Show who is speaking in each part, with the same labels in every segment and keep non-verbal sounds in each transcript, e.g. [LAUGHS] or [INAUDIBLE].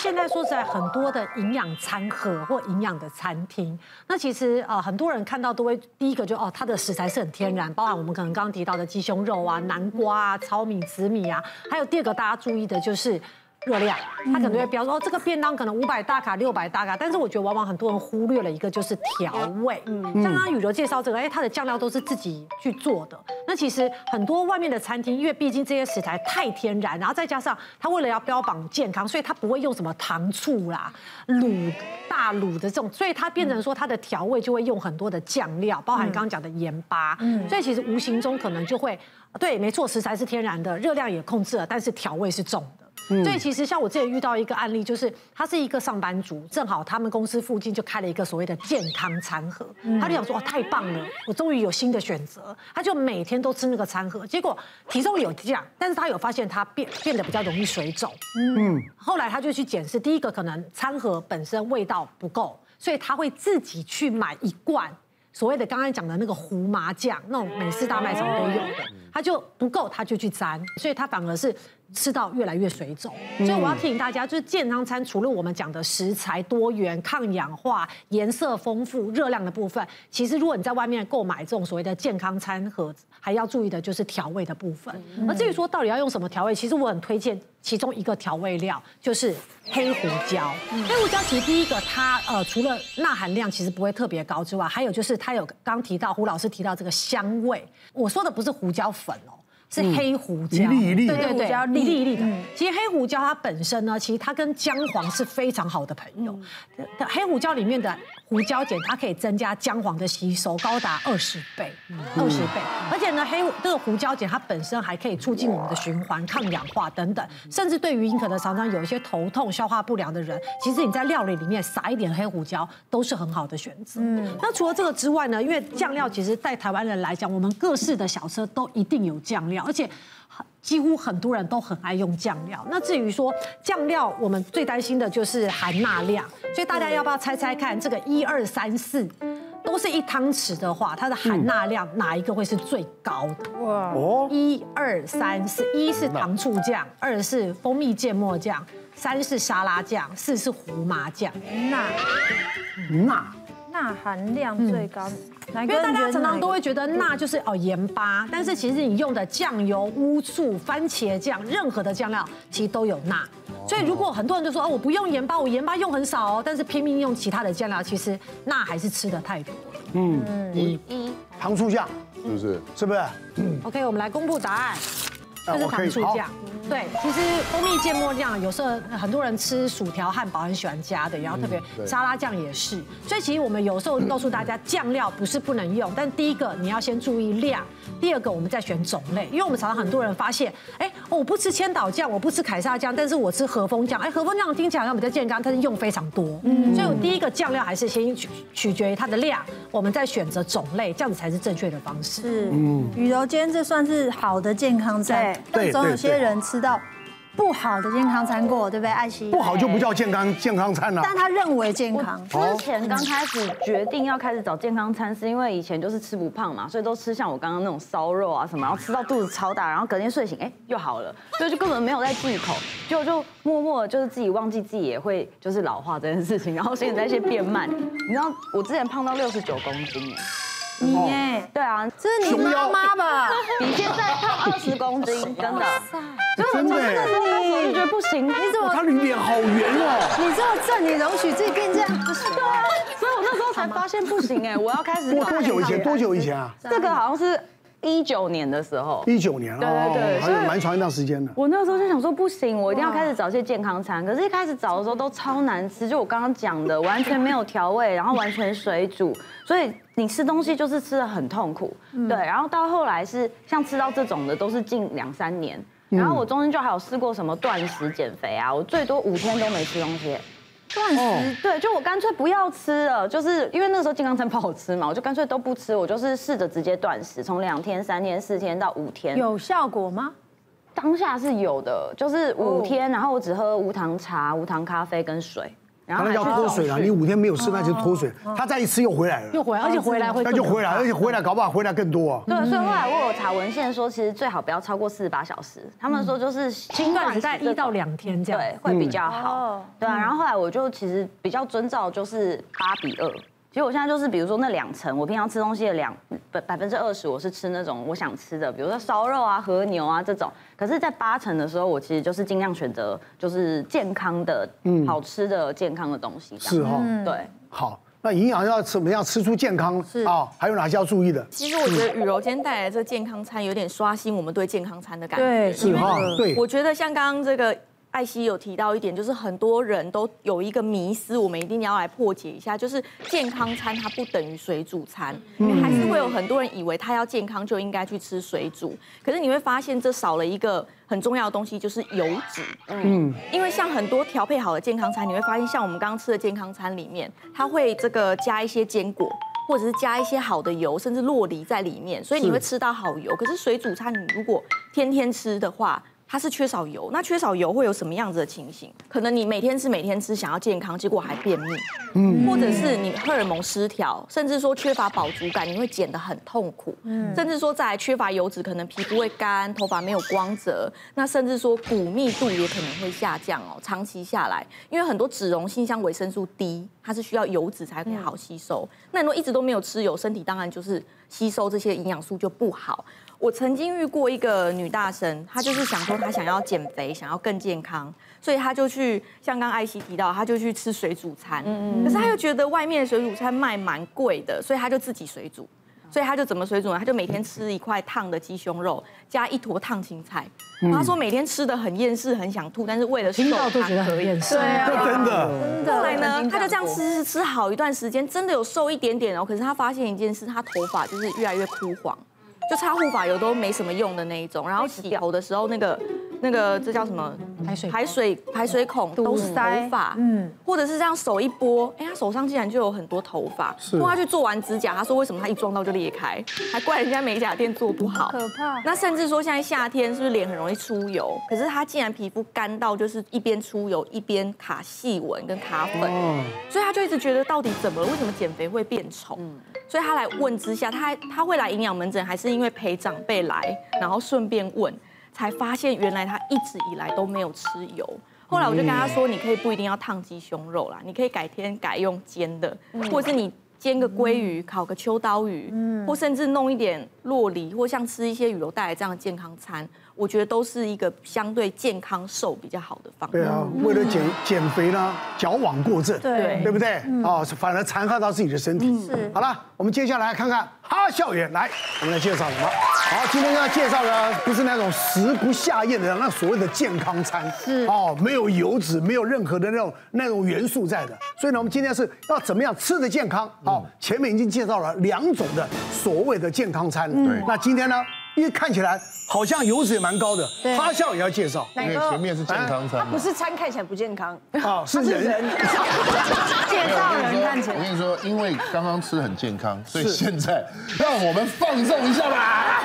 Speaker 1: 现在说实在，很多的营养餐盒或营养的餐厅，那其实呃很多人看到都会第一个就哦，它的食材是很天然，包含我们可能刚刚提到的鸡胸肉啊、南瓜啊、糙米、紫米啊，还有第二个大家注意的就是。热量，它可能会标说、哦，这个便当可能五百大卡、六百大卡，但是我觉得往往很多人忽略了一个就是调味，嗯，像刚刚雨柔介绍这个，哎，它的酱料都是自己去做的。那其实很多外面的餐厅，因为毕竟这些食材太天然，然后再加上它为了要标榜健康，所以它不会用什么糖醋啦、卤大卤的这种，所以它变成说它的调味就会用很多的酱料，包含刚刚讲的盐巴，嗯，所以其实无形中可能就会，对，没错，食材是天然的，热量也控制了，但是调味是重的。所以其实像我之前遇到一个案例，就是他是一个上班族，正好他们公司附近就开了一个所谓的健康餐盒，他就想说哇太棒了，我终于有新的选择，他就每天都吃那个餐盒，结果体重有降，但是他有发现他变变得比较容易水肿，嗯，后来他就去检视，第一个可能餐盒本身味道不够，所以他会自己去买一罐。所谓的刚才讲的那个胡麻酱，那种美式大卖场都有的，他就不够，他就去沾，所以他反而是吃到越来越水肿。所以我要提醒大家，就是健康餐除了我们讲的食材多元、抗氧化、颜色丰富、热量的部分，其实如果你在外面购买这种所谓的健康餐盒，还要注意的就是调味的部分。
Speaker 2: 嗯
Speaker 1: 而至于说到底要用什么调味，其实我很推荐其中一个调味料就是黑胡椒。
Speaker 2: 嗯
Speaker 1: 黑胡椒其实第一个它呃除了钠含量其实不会特别高之外，还有就是它有刚提到胡老师提到这个香味，我说的不是胡椒粉哦。是黑胡椒，
Speaker 3: 一粒一粒
Speaker 1: 对对对，
Speaker 2: 嗯黑胡椒粒
Speaker 1: 一粒一粒的。其实黑胡椒它本身呢，其实它跟姜黄是非常好的朋友。黑胡椒里面的胡椒碱，它可以增加姜黄的吸收，高达二十倍，二十倍。而且呢，黑胡这个胡椒碱它本身还可以促进我们的循环、抗氧化等等。甚至对于你可能常常有一些头痛、消化不良的人，其实你在料理里面撒一点黑胡椒都是很好的选择。那除了这个之外呢，因为酱料其实在台湾人来讲，我们各式的小吃都一定有酱料，而且。几乎很多人都很爱用酱料。那至于说酱料，我们最担心的就是含钠量，所以大家要不要猜猜看，这个一二三四都是一汤匙的话，它的含钠量哪一个会是最高的？
Speaker 3: 哦，
Speaker 1: 一二三四，一是糖醋酱，二是蜂蜜芥末酱，三是沙拉酱，四是胡麻酱。
Speaker 2: 钠
Speaker 3: 钠
Speaker 2: 钠含量最高，因
Speaker 1: 因为大家常常都会觉得钠就是哦盐巴，但是其实你用的酱油、乌醋、番茄酱，任何的酱料其实都有钠。所以如果很多人就说哦我不用盐巴，我盐巴用很少哦，但是拼命用其他的酱料，其实钠还是吃的太多。
Speaker 3: 糖醋酱
Speaker 4: 是不是？
Speaker 3: 是不是？
Speaker 1: OK，我们来公布答案，就是
Speaker 3: 我可
Speaker 1: 糖
Speaker 3: 以
Speaker 1: 醋酱。对，其实蜂蜜芥末酱有时候很多人吃薯条、汉堡很喜欢加的，然
Speaker 3: 嗯
Speaker 1: 后特别
Speaker 4: 对
Speaker 1: 沙拉酱也是。所以其实我们有时候告诉大家，酱料不是不能用，但第一个你要先注意量，第二个我们再选种类，因为我们常常很多人发现，哎，哦我不吃千岛酱，我不吃凯撒酱，但是我吃和风酱。哎，和风酱听起来好像比较健康，但是用非常多。
Speaker 2: 嗯
Speaker 1: 所以我第一个酱料还是先取取决于它的量，我们再选择种类，这样子才是正确的方式。
Speaker 2: 是，雨柔今天这算是好的健康餐
Speaker 5: 对，
Speaker 3: 对
Speaker 2: 但总有
Speaker 3: 对
Speaker 2: 些
Speaker 3: 对
Speaker 2: 人吃到不好的健康餐过，对不对，艾希？
Speaker 3: 不好就不叫健康健康餐啊了。
Speaker 2: 但他认为健康，
Speaker 5: 之前刚开始决定要开始找健康餐，是因为以前就是吃不胖嘛，所以都吃像我刚刚那种烧肉啊什么，然后吃到肚子超大，然后隔天睡醒，哎、又好了，所以就根本没有在忌口，结果就默默地就是自己忘记自己也会就是老化这件事情，然后新陈代谢变慢。你知道我之前胖到六十九公斤哎，
Speaker 2: 你哎，
Speaker 5: 对啊，
Speaker 2: 这是你妈妈吧？
Speaker 5: 比现在胖二十公斤，真的。所
Speaker 3: 真
Speaker 5: 以
Speaker 3: 的
Speaker 5: 我从那
Speaker 3: 耶
Speaker 5: 时候开始我就觉得不行，你怎么
Speaker 3: 他的脸好圆哦，
Speaker 2: 你这么正，你容许自己变这样，不行
Speaker 5: 对啊，所以我那时候才发现不行哎，我要开始
Speaker 3: 多多久以前？
Speaker 5: 找
Speaker 3: 多久以前啊？
Speaker 5: 这个好像是一九年的时候。
Speaker 3: 一九年
Speaker 5: 对对对
Speaker 3: 哦，还
Speaker 5: 所以
Speaker 3: 有蛮长一段时间的。
Speaker 5: 我那个时候就想说，不行，我一定要开始找一些健康餐。可是，一开始找的时候都超难吃，就我刚刚讲的，完全没有调味，然后完全水煮，所以你吃东西就是吃的很痛苦。
Speaker 2: 嗯
Speaker 5: 对，然后到后来是像吃到这种的，都是近两三年。
Speaker 2: 嗯
Speaker 5: 然后我中间就还有试过什么断食减肥啊，我最多五天都没吃东西。哦
Speaker 2: 断食，
Speaker 5: 对，就我干脆不要吃了，就是因为那时候健康餐不好吃嘛，我就干脆都不吃，我就是试着直接断食，从两天、三天、四天到五天。
Speaker 2: 有效果吗？
Speaker 5: 当下是有的，就是五天，然后我只喝无糖茶、无糖咖啡跟水。然
Speaker 3: 它
Speaker 5: 后
Speaker 3: 那
Speaker 5: 还
Speaker 3: 叫
Speaker 5: 去
Speaker 3: 脱
Speaker 5: 送
Speaker 3: 水啊了，你
Speaker 5: 去
Speaker 3: 五天没有吃，那就脱水。它再一吃又回来
Speaker 1: 又
Speaker 3: 了，
Speaker 1: 回来，而
Speaker 6: 哦
Speaker 1: 且回来会
Speaker 3: 那就回来，
Speaker 1: 更
Speaker 3: 而且回来搞不好回来更多啊。
Speaker 5: 对，所以后来我有查文献说，其实最好不要超过四十八小时。他们说就是
Speaker 1: 大，
Speaker 5: 轻
Speaker 1: 断
Speaker 5: 断
Speaker 1: 在一到两天这样。
Speaker 5: 对会
Speaker 7: 嗯
Speaker 5: 比较好
Speaker 2: 哦。
Speaker 5: 对啊，然后后来我就其实比较遵照就是八比二。其实我现在就是，比如说那两层，我平常吃东西的两百百分之二十，我是吃那种我想吃的，比如说烧肉啊、和牛啊这种。可是，在八成的时候，我其实就是尽量选择就是健康的、
Speaker 7: 嗯
Speaker 5: 好吃的、健康的东西。
Speaker 3: 是，哈，
Speaker 5: 对。
Speaker 3: 好，那营养要怎么样吃出健康啊？还有哪些要注意的？
Speaker 4: 其实我觉得雨柔今天带来这健康餐有点刷新我们对健康餐的感觉。
Speaker 1: 对，
Speaker 3: 是哈，对，
Speaker 4: 我觉得像刚刚这个艾希有提到一点，就是很多人都有一个迷思，我们一定要来破解一下，就是健康餐它不等于水煮餐，因为还是会有很多人以为他要健康就应该去吃水煮，可是你会发现这少了一个很重要的东西，就是油脂。嗯，因为像很多调配好的健康餐，你会发现像我们刚刚吃的健康餐里面，它会这个加一些坚果。或者是加一些好的油，甚至洛梨在里面，所以你会吃到好油。可是水煮餐，你如果天天吃的话，它是缺少油。那缺少油会有什么样子的情形？可能你每天吃每天吃，想要健康，结果还便秘，嗯，或者是你荷尔蒙失调，甚至说缺乏饱足感，你会减得很痛苦，嗯，甚至说再来缺乏油脂，可能皮肤会干，头发没有光泽，那甚至说骨密度也可能会下降哦。长期下来，因为很多脂溶性像维生素 D，它是需要油脂才可以好吸收。那你如果一直都没有吃油，身体当然就是吸收这些营养素就不好。我曾经遇过一个女大生，她就是想说她想要减肥，想要更健康，所以她就去像刚刚艾希提到，她就去吃水煮餐。
Speaker 1: 嗯
Speaker 4: 可是她又觉得外面的水煮餐卖蛮贵的，所以她就自己水煮。所以她就怎么水煮呢？她就每天吃一块烫的鸡胸肉，加一坨烫青菜。然后她说每天吃的很厌世，很想吐，但是为了
Speaker 1: 嗯
Speaker 4: 瘦
Speaker 1: 听到就
Speaker 4: 她
Speaker 1: 觉得很厌世。
Speaker 4: 对啊，
Speaker 3: 哎真的
Speaker 4: 后来呢，
Speaker 5: 曾经
Speaker 4: 他就这样
Speaker 5: 过
Speaker 4: 吃吃吃好一段时间，真的有瘦一点点哦。可是他发现一件事，他头发就是越来越枯黄，就擦护发油都没什么用的那一种。然后洗头的时候，那个那个这叫什么？
Speaker 1: 排水
Speaker 4: 排水排水孔都是头发，嗯，或者是这样手一拨，哎，他手上竟然就有很多头发。
Speaker 3: 是
Speaker 4: 不过他去做完指甲，他说为什么他一撞到就裂开，还怪人家美甲店做不好，
Speaker 2: 可怕
Speaker 4: 那甚至说现在夏天是不是脸很容易出油？可是他竟然皮肤干到就是一边出油一边卡细纹跟卡粉，
Speaker 3: 嗯
Speaker 4: 所以他就一直觉得到底怎么了？为什么减肥会变丑？
Speaker 2: 嗯
Speaker 4: 所以他来问之下，他还他会来营养门诊，还是因为陪长辈来，然后顺便问，才发现原来他一直以来都没有吃油。后来我就跟他说，你可以不一定要烫鸡胸肉啦，你可以改天改用煎的，
Speaker 2: 嗯
Speaker 4: 或者是你煎个鲑鱼、烤个秋刀鱼，或甚至弄一点洛梨，或像吃一些鱼油带来这样的健康餐，我觉得都是一个相对健康瘦比较好的方
Speaker 3: 对
Speaker 4: 法。
Speaker 3: 啊，为了减减肥呢，矫枉过正，
Speaker 2: 对
Speaker 3: 对不对？啊，反而残害到自己的身体。
Speaker 2: 是
Speaker 3: 好了，我们接下来看看哈校园，来，我们来介绍什么？好，今天要介绍的不是那种食不下咽的那所谓的健康餐，是哦，没有油脂，没有任何的那种那种元素在的。所以呢，我们今天是要怎么样吃的健康？好，前面已经介绍了两种的所谓的健康餐，对。那今天呢，因为看起来好像油脂也蛮高的，哈校也要介绍。
Speaker 7: 因为前面是健康餐嘛。
Speaker 6: 不是餐看起来不健康，
Speaker 3: 啊，是人，
Speaker 2: 介绍人看起
Speaker 7: 我
Speaker 2: 来
Speaker 7: 跟你说，因为刚刚吃得很健康，所以现在让我们放纵一下吧。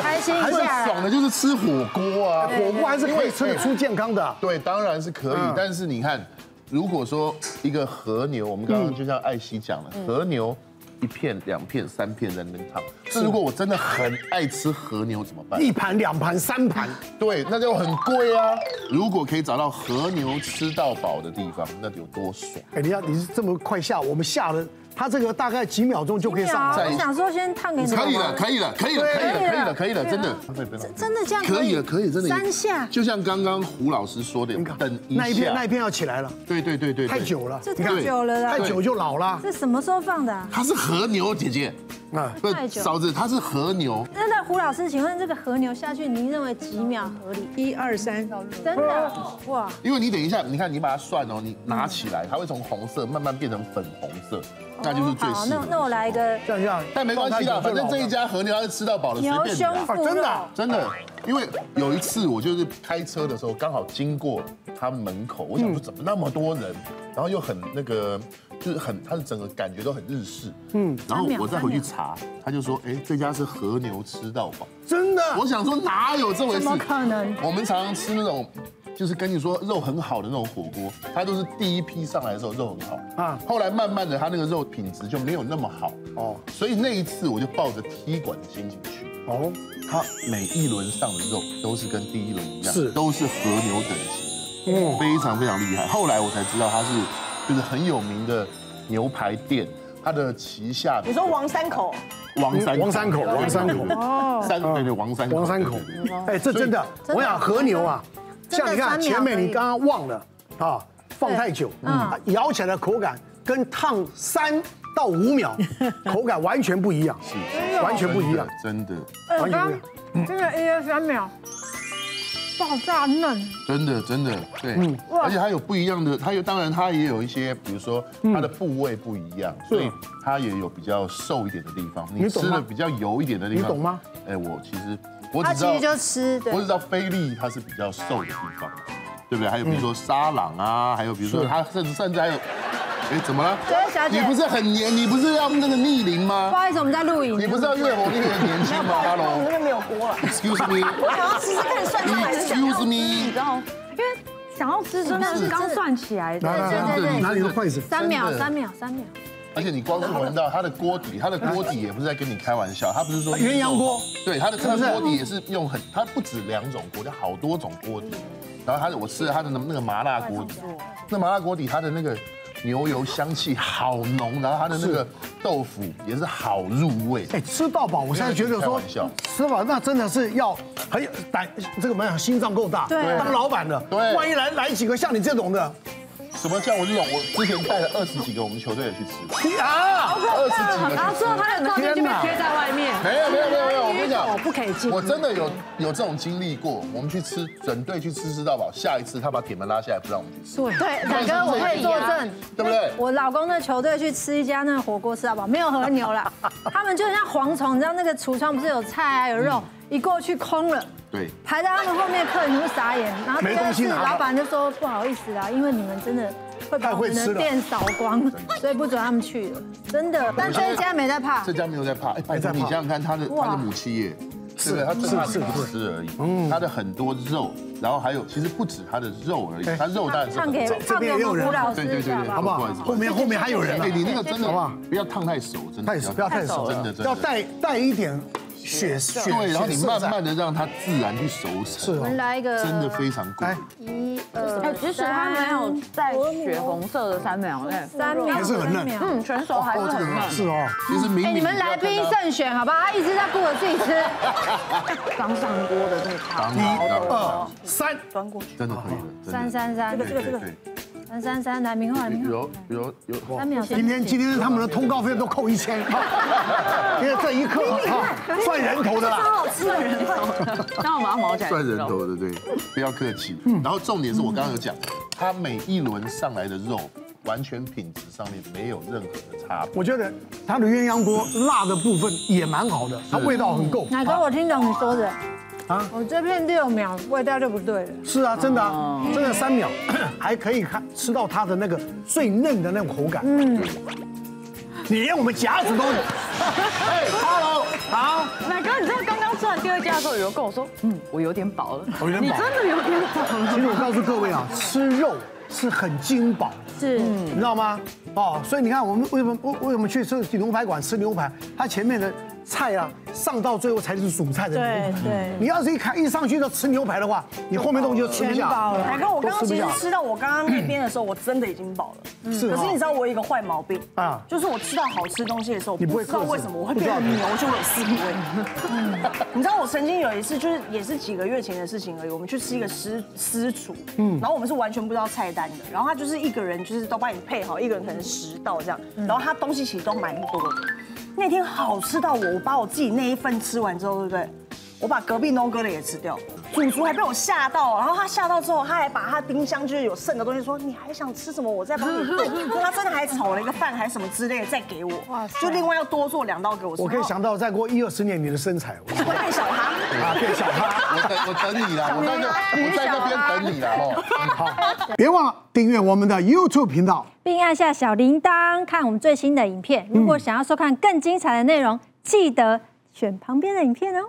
Speaker 2: 开心
Speaker 7: 还
Speaker 2: 一
Speaker 7: 是
Speaker 2: 下啦
Speaker 7: 爽的，就是吃火锅啊，
Speaker 3: 火锅还是可以吃得出健康的啊。
Speaker 7: 对，当然是可以，
Speaker 3: 嗯
Speaker 7: 但是你看，如果说一个和牛，我们刚刚就像艾希讲了，和牛一片、两片、三片在那边烫，是如果我真的很爱吃和牛怎么办？
Speaker 3: 一盘、两盘、三盘，
Speaker 7: 对，那就很贵啊。如果可以找到和牛吃到饱的地方，那有多爽！
Speaker 3: 哎，你看你是这么快下，我们下了，他这个大概几秒钟就可以上
Speaker 7: 在
Speaker 2: 我想说先烫给你
Speaker 7: 可以了，可以了，可以了，可以了，可以了，可以了，真的，
Speaker 2: 真的这样
Speaker 7: 可以了，可以，真的
Speaker 2: 三下
Speaker 7: 就像刚刚胡老师说的，
Speaker 3: 你看
Speaker 7: 等一下，
Speaker 3: 那一片那一片要起来了，
Speaker 7: 对对对对，对
Speaker 3: 太久了，
Speaker 2: 这
Speaker 3: 你看
Speaker 2: 太久了啦
Speaker 3: 太久就老了。
Speaker 2: 这什么时候放的啊？
Speaker 7: 它是和牛姐姐，
Speaker 3: 啊，
Speaker 7: 不
Speaker 2: 太久
Speaker 7: 嫂子，它是和牛，
Speaker 2: 那那胡老师，请问这个和牛下去，您认为几秒合理？
Speaker 6: 一二三，
Speaker 2: 真的哇，
Speaker 7: 因为你等一下，你看你把它涮哦，你拿起来，它会从红色慢慢变成粉红色，那就是最
Speaker 2: 好，
Speaker 7: 适
Speaker 2: 那
Speaker 7: 合。
Speaker 2: 那我来一个
Speaker 3: 这样这样，
Speaker 7: 但没关系的，
Speaker 3: 放太
Speaker 7: 反
Speaker 3: 久就
Speaker 7: 正
Speaker 3: 老了
Speaker 7: 这一家和牛它是吃到饱的，随
Speaker 2: 牛
Speaker 7: 便你
Speaker 2: 胸
Speaker 7: 啊。
Speaker 2: 腹
Speaker 3: 啊真的
Speaker 2: 肉
Speaker 3: 啊。
Speaker 7: 真的，因为有一次我就是开车的时候，刚好经过他门口，我
Speaker 2: 嗯
Speaker 7: 想说怎么那么多人，然后又很那个，就是很，他的整个感觉都很日式，嗯，然后我再回去查，他就说，哎，这家是和牛吃到饱，
Speaker 3: 真的，
Speaker 7: 我想说哪有这回事？
Speaker 2: 啊怎么可能？
Speaker 7: 我们常常吃那种就是跟你说肉很好的那种火锅，它都是第一批上来的时候肉很好
Speaker 3: 啊
Speaker 7: 啊，后来慢慢的它那个肉品质就没有那么好
Speaker 3: 哦
Speaker 7: 哦，所以那一次我就抱着踢馆的心情去。
Speaker 3: 哦，
Speaker 7: 它每一轮上的肉都是跟第一轮一样，
Speaker 3: 是哦
Speaker 7: 都是和牛等级的，非常非常厉害。后来我才知道它是就是很有名的牛排店，它的旗下
Speaker 6: 你说王三口，
Speaker 7: 王三
Speaker 3: 王三口王三口
Speaker 2: 哦
Speaker 3: 哦
Speaker 7: 口，三对对王三口
Speaker 3: 王三口
Speaker 7: 对对对，
Speaker 3: 哎，这真的，我想和牛啊，
Speaker 2: 真
Speaker 3: 像
Speaker 2: 的
Speaker 3: 你看
Speaker 2: 三秒
Speaker 3: 前面
Speaker 2: 而已
Speaker 3: 你刚刚忘了啊，放太久，啊咬起来的口感跟烫三到五秒口感完全不一样，
Speaker 7: 是哦
Speaker 3: 完全不一样，
Speaker 7: 真的
Speaker 8: 我
Speaker 3: 完全
Speaker 7: 哎
Speaker 3: 不一样
Speaker 8: 刚。真的一二三秒，爆炸嫩，
Speaker 7: 真的真的对，
Speaker 3: 嗯
Speaker 7: 而且它有不一样的，它有当然它也有一些，比如说它的部位不一样，所以它也有比较瘦一点的地方，
Speaker 3: 嗯你
Speaker 7: 你
Speaker 3: 懂
Speaker 7: 吃
Speaker 3: 吗
Speaker 7: 的比较油一点的地方，
Speaker 3: 你懂吗？
Speaker 7: 哎，我其实我
Speaker 2: 他其
Speaker 7: 只知道
Speaker 2: 实就吃对
Speaker 7: 我只知道菲力它是比较瘦的地方，对不对？还有比
Speaker 3: 嗯
Speaker 7: 如说沙朗啊，还有比如说它甚至甚至还有，哎，怎么了？
Speaker 6: 这位小姐
Speaker 7: 你不是很黏？你不是要那个逆龄
Speaker 2: 不
Speaker 7: 吗？
Speaker 2: 好意思，我们在录影。
Speaker 7: 你不是要越活越年轻吗
Speaker 6: 我这边没有锅了。
Speaker 7: ？Hello，Excuse me，Excuse
Speaker 6: 我想要吃吃看，算出来是什么。
Speaker 5: 你
Speaker 7: me，
Speaker 5: 知道，因为想要吃真的是刚算起来的，
Speaker 2: 对对对对，
Speaker 3: 哪里都筷子，
Speaker 2: 三秒
Speaker 7: 真的
Speaker 2: 三秒三秒，
Speaker 7: 而且你光是闻到它的锅底，它的锅底也不是在跟你开玩笑，它不是说鸳鸯锅，对，它的它的锅底也是用很，它不止两种锅，就好多种锅底。然后它的我吃了它的那那个麻辣锅底，那麻辣锅底它的那个牛油香气好浓，然后它的那个豆腐也是好入味。
Speaker 3: 哎，吃到饱，我现在觉得
Speaker 7: 开
Speaker 3: 说
Speaker 7: 玩笑
Speaker 3: 吃饱那真的是要很有胆，这个蛮有心脏够大，
Speaker 2: 对啊
Speaker 3: 当老板的，
Speaker 7: 对
Speaker 3: 万一来来几个像你这种的，
Speaker 7: 什么像我这种，我之前带了二十几个我们球队也去吃，
Speaker 3: 啊，
Speaker 7: 二十几个去
Speaker 1: 然后之后
Speaker 7: 吃。
Speaker 1: 他的照片就被贴在外面。
Speaker 7: 没有没有没有没有，我跟你讲，
Speaker 3: [LAUGHS]
Speaker 1: 我不可以进。
Speaker 7: 我真的有有这种经历过，我们去吃整队去吃吃到饱，下一次他把铁门拉下来不让我们去吃，
Speaker 1: 对，
Speaker 2: 对，展哥我可以作证。
Speaker 7: 对不对？
Speaker 2: 我老公的球队去吃一家那个火锅吃到饱，没有和牛
Speaker 3: [LAUGHS]
Speaker 2: 啦，他们就很像蝗虫，你知道那个橱窗不是有菜啊有肉，
Speaker 3: 嗯
Speaker 2: 一过去空了。
Speaker 7: 对，
Speaker 2: 排在他们后面的客人全部傻眼，然后
Speaker 3: 没
Speaker 2: 第
Speaker 3: 东
Speaker 2: 二
Speaker 3: 西
Speaker 2: 次
Speaker 3: 拿了
Speaker 2: 老板就说不好意思啦，因为你们真的会把
Speaker 3: 太
Speaker 2: 我
Speaker 3: 会
Speaker 2: 们
Speaker 3: 吃
Speaker 2: 的
Speaker 3: 了
Speaker 2: 店扫光，所以不准他们去了，真的。但这一家没在怕
Speaker 7: 这，家没有在怕，哎，拜托
Speaker 3: 啊没在怕
Speaker 7: 你想想看，他的
Speaker 2: 哇
Speaker 7: 他的母鸡耶，是的，他正怕你不吃而已，
Speaker 3: 嗯
Speaker 7: 他的很多肉，然后还有其实不止他的肉而已
Speaker 3: 哎，
Speaker 7: 他肉当然是
Speaker 2: 唱
Speaker 7: 很
Speaker 2: 给
Speaker 7: 少。
Speaker 2: 唱给我们胡老
Speaker 7: 对
Speaker 2: 师
Speaker 7: 对
Speaker 2: 一
Speaker 7: 对
Speaker 2: 下
Speaker 7: 对，
Speaker 2: 吧。
Speaker 3: 好不好
Speaker 7: 意思
Speaker 3: 后面后面还有人呢
Speaker 7: 哎，你那个真的
Speaker 3: 好不好
Speaker 7: 不要烫太熟，真的
Speaker 3: 太熟不要太熟
Speaker 7: 真的真的
Speaker 3: 要。带带一点血血，
Speaker 7: 对，然后你
Speaker 3: 血色
Speaker 7: 慢
Speaker 3: 在哦
Speaker 7: 慢的让它自然去熟成，是
Speaker 2: 我们来一个，
Speaker 7: 真的非常贵
Speaker 3: 来。
Speaker 2: 一
Speaker 5: 哎，
Speaker 2: 二
Speaker 5: 即使它没有带血红色的三秒内，
Speaker 2: 三秒，
Speaker 3: 还是很嫩
Speaker 2: 三秒
Speaker 5: 嗯，全熟还是很嫩。
Speaker 3: 是哦，
Speaker 7: 其实明
Speaker 2: 哎，
Speaker 7: 明
Speaker 2: 你们来宾慎选好不好？他一直在顾我自己
Speaker 3: [LAUGHS]
Speaker 2: 吃。
Speaker 5: 刚上锅的这个汤，
Speaker 7: 一二
Speaker 3: 三
Speaker 6: 端过去。
Speaker 7: 真的可以了，真的
Speaker 2: 哦三三三
Speaker 7: 对对对，
Speaker 2: 三三三，来明后来明后，
Speaker 7: 有有有，
Speaker 2: 三秒三
Speaker 3: 哎今天今天他们的通告费都扣一千，因为这一刻啊算人头的啦，
Speaker 5: [LAUGHS] 那我把它毛起来。
Speaker 7: 算人。头的对，不要客气。然后重点是我刚刚有讲，它每一轮上来的肉，完全品质上面没有任何的差别。
Speaker 3: 我觉得它的鸳鸯锅辣的部分也蛮好的，它味道很够。
Speaker 2: 奶哥，我听懂你说的。
Speaker 3: 啊
Speaker 2: 啊，我这片六秒味道就不对了。
Speaker 3: 是
Speaker 6: 哦
Speaker 3: 啊，真的啊，真的三秒 [CLEARS THROAT] 还可以看吃到它的那个最嫩的那种口感。嗯，你连我们夹子都，哎，hello 啊，
Speaker 5: 奶哥，你知道刚刚吃完第二家的时候，有人跟我说，嗯，我有点饱了，
Speaker 3: 哦我有点
Speaker 5: 你
Speaker 3: 饱
Speaker 5: 真的有点饱了。
Speaker 3: 其实我告诉各位
Speaker 6: [LAUGHS]
Speaker 3: 啊，吃肉是很精饱，
Speaker 2: 是，
Speaker 6: 嗯
Speaker 3: 你知道吗？哦，所以你看我们为什么为为什么去吃牛排馆吃牛排，它前面的菜啊上到最后才是主菜的牛排。
Speaker 2: 对对
Speaker 3: 你要是一看一上去就吃牛排的话，你后面东西就吃不
Speaker 2: 全饱
Speaker 3: 下。
Speaker 2: 了
Speaker 6: 奶哥，哎我刚刚
Speaker 3: 都吃不
Speaker 6: 其实
Speaker 3: 下嗯
Speaker 6: 吃到我刚刚那边的时候，我真的已经饱了。
Speaker 3: 是
Speaker 6: 可
Speaker 3: 哈
Speaker 6: 是你知道我有一个坏毛病
Speaker 3: 啊
Speaker 6: 啊，就是我吃到好吃东西的时候，
Speaker 3: 你不会
Speaker 6: 不知道
Speaker 3: 克制
Speaker 6: 为什么我会
Speaker 3: 不知
Speaker 6: 变
Speaker 3: 道
Speaker 6: 得牛就有思维。你知道我曾经有一次，就是也是几个月前的事情而已，我们去吃一个私私厨，嗯，然后我们是完全不知道菜单的，然后他就是一个人就是都帮你配好，一个人可能十道这样，
Speaker 3: 嗯
Speaker 6: 然后他东西其实都蛮多的。那天好吃到我，我把我自己那一份吃完之后，对不对？我把隔壁 No 哥的也吃掉，主厨还被我吓到，然后他吓到之后，他还把他冰箱就是有剩的东西说你还想吃什么，我再帮你
Speaker 3: [LAUGHS]
Speaker 6: 炖。他真的还炒了一个饭还是什么之类的再给我，就另外要多做两道给我吃。
Speaker 3: 我可以想到再过一二十年你的身材，
Speaker 6: 然后，我太小他，
Speaker 3: 啊变小了。
Speaker 7: 我等我等你啦，我在这我在这边等你啦
Speaker 2: [LAUGHS] 啊
Speaker 7: 哦。
Speaker 3: 别忘了订阅我们的 YouTube 频道。
Speaker 2: 并按下小铃铛看我们最新的影片。如果想要收看更精彩的内容，记得选旁边的影片哦。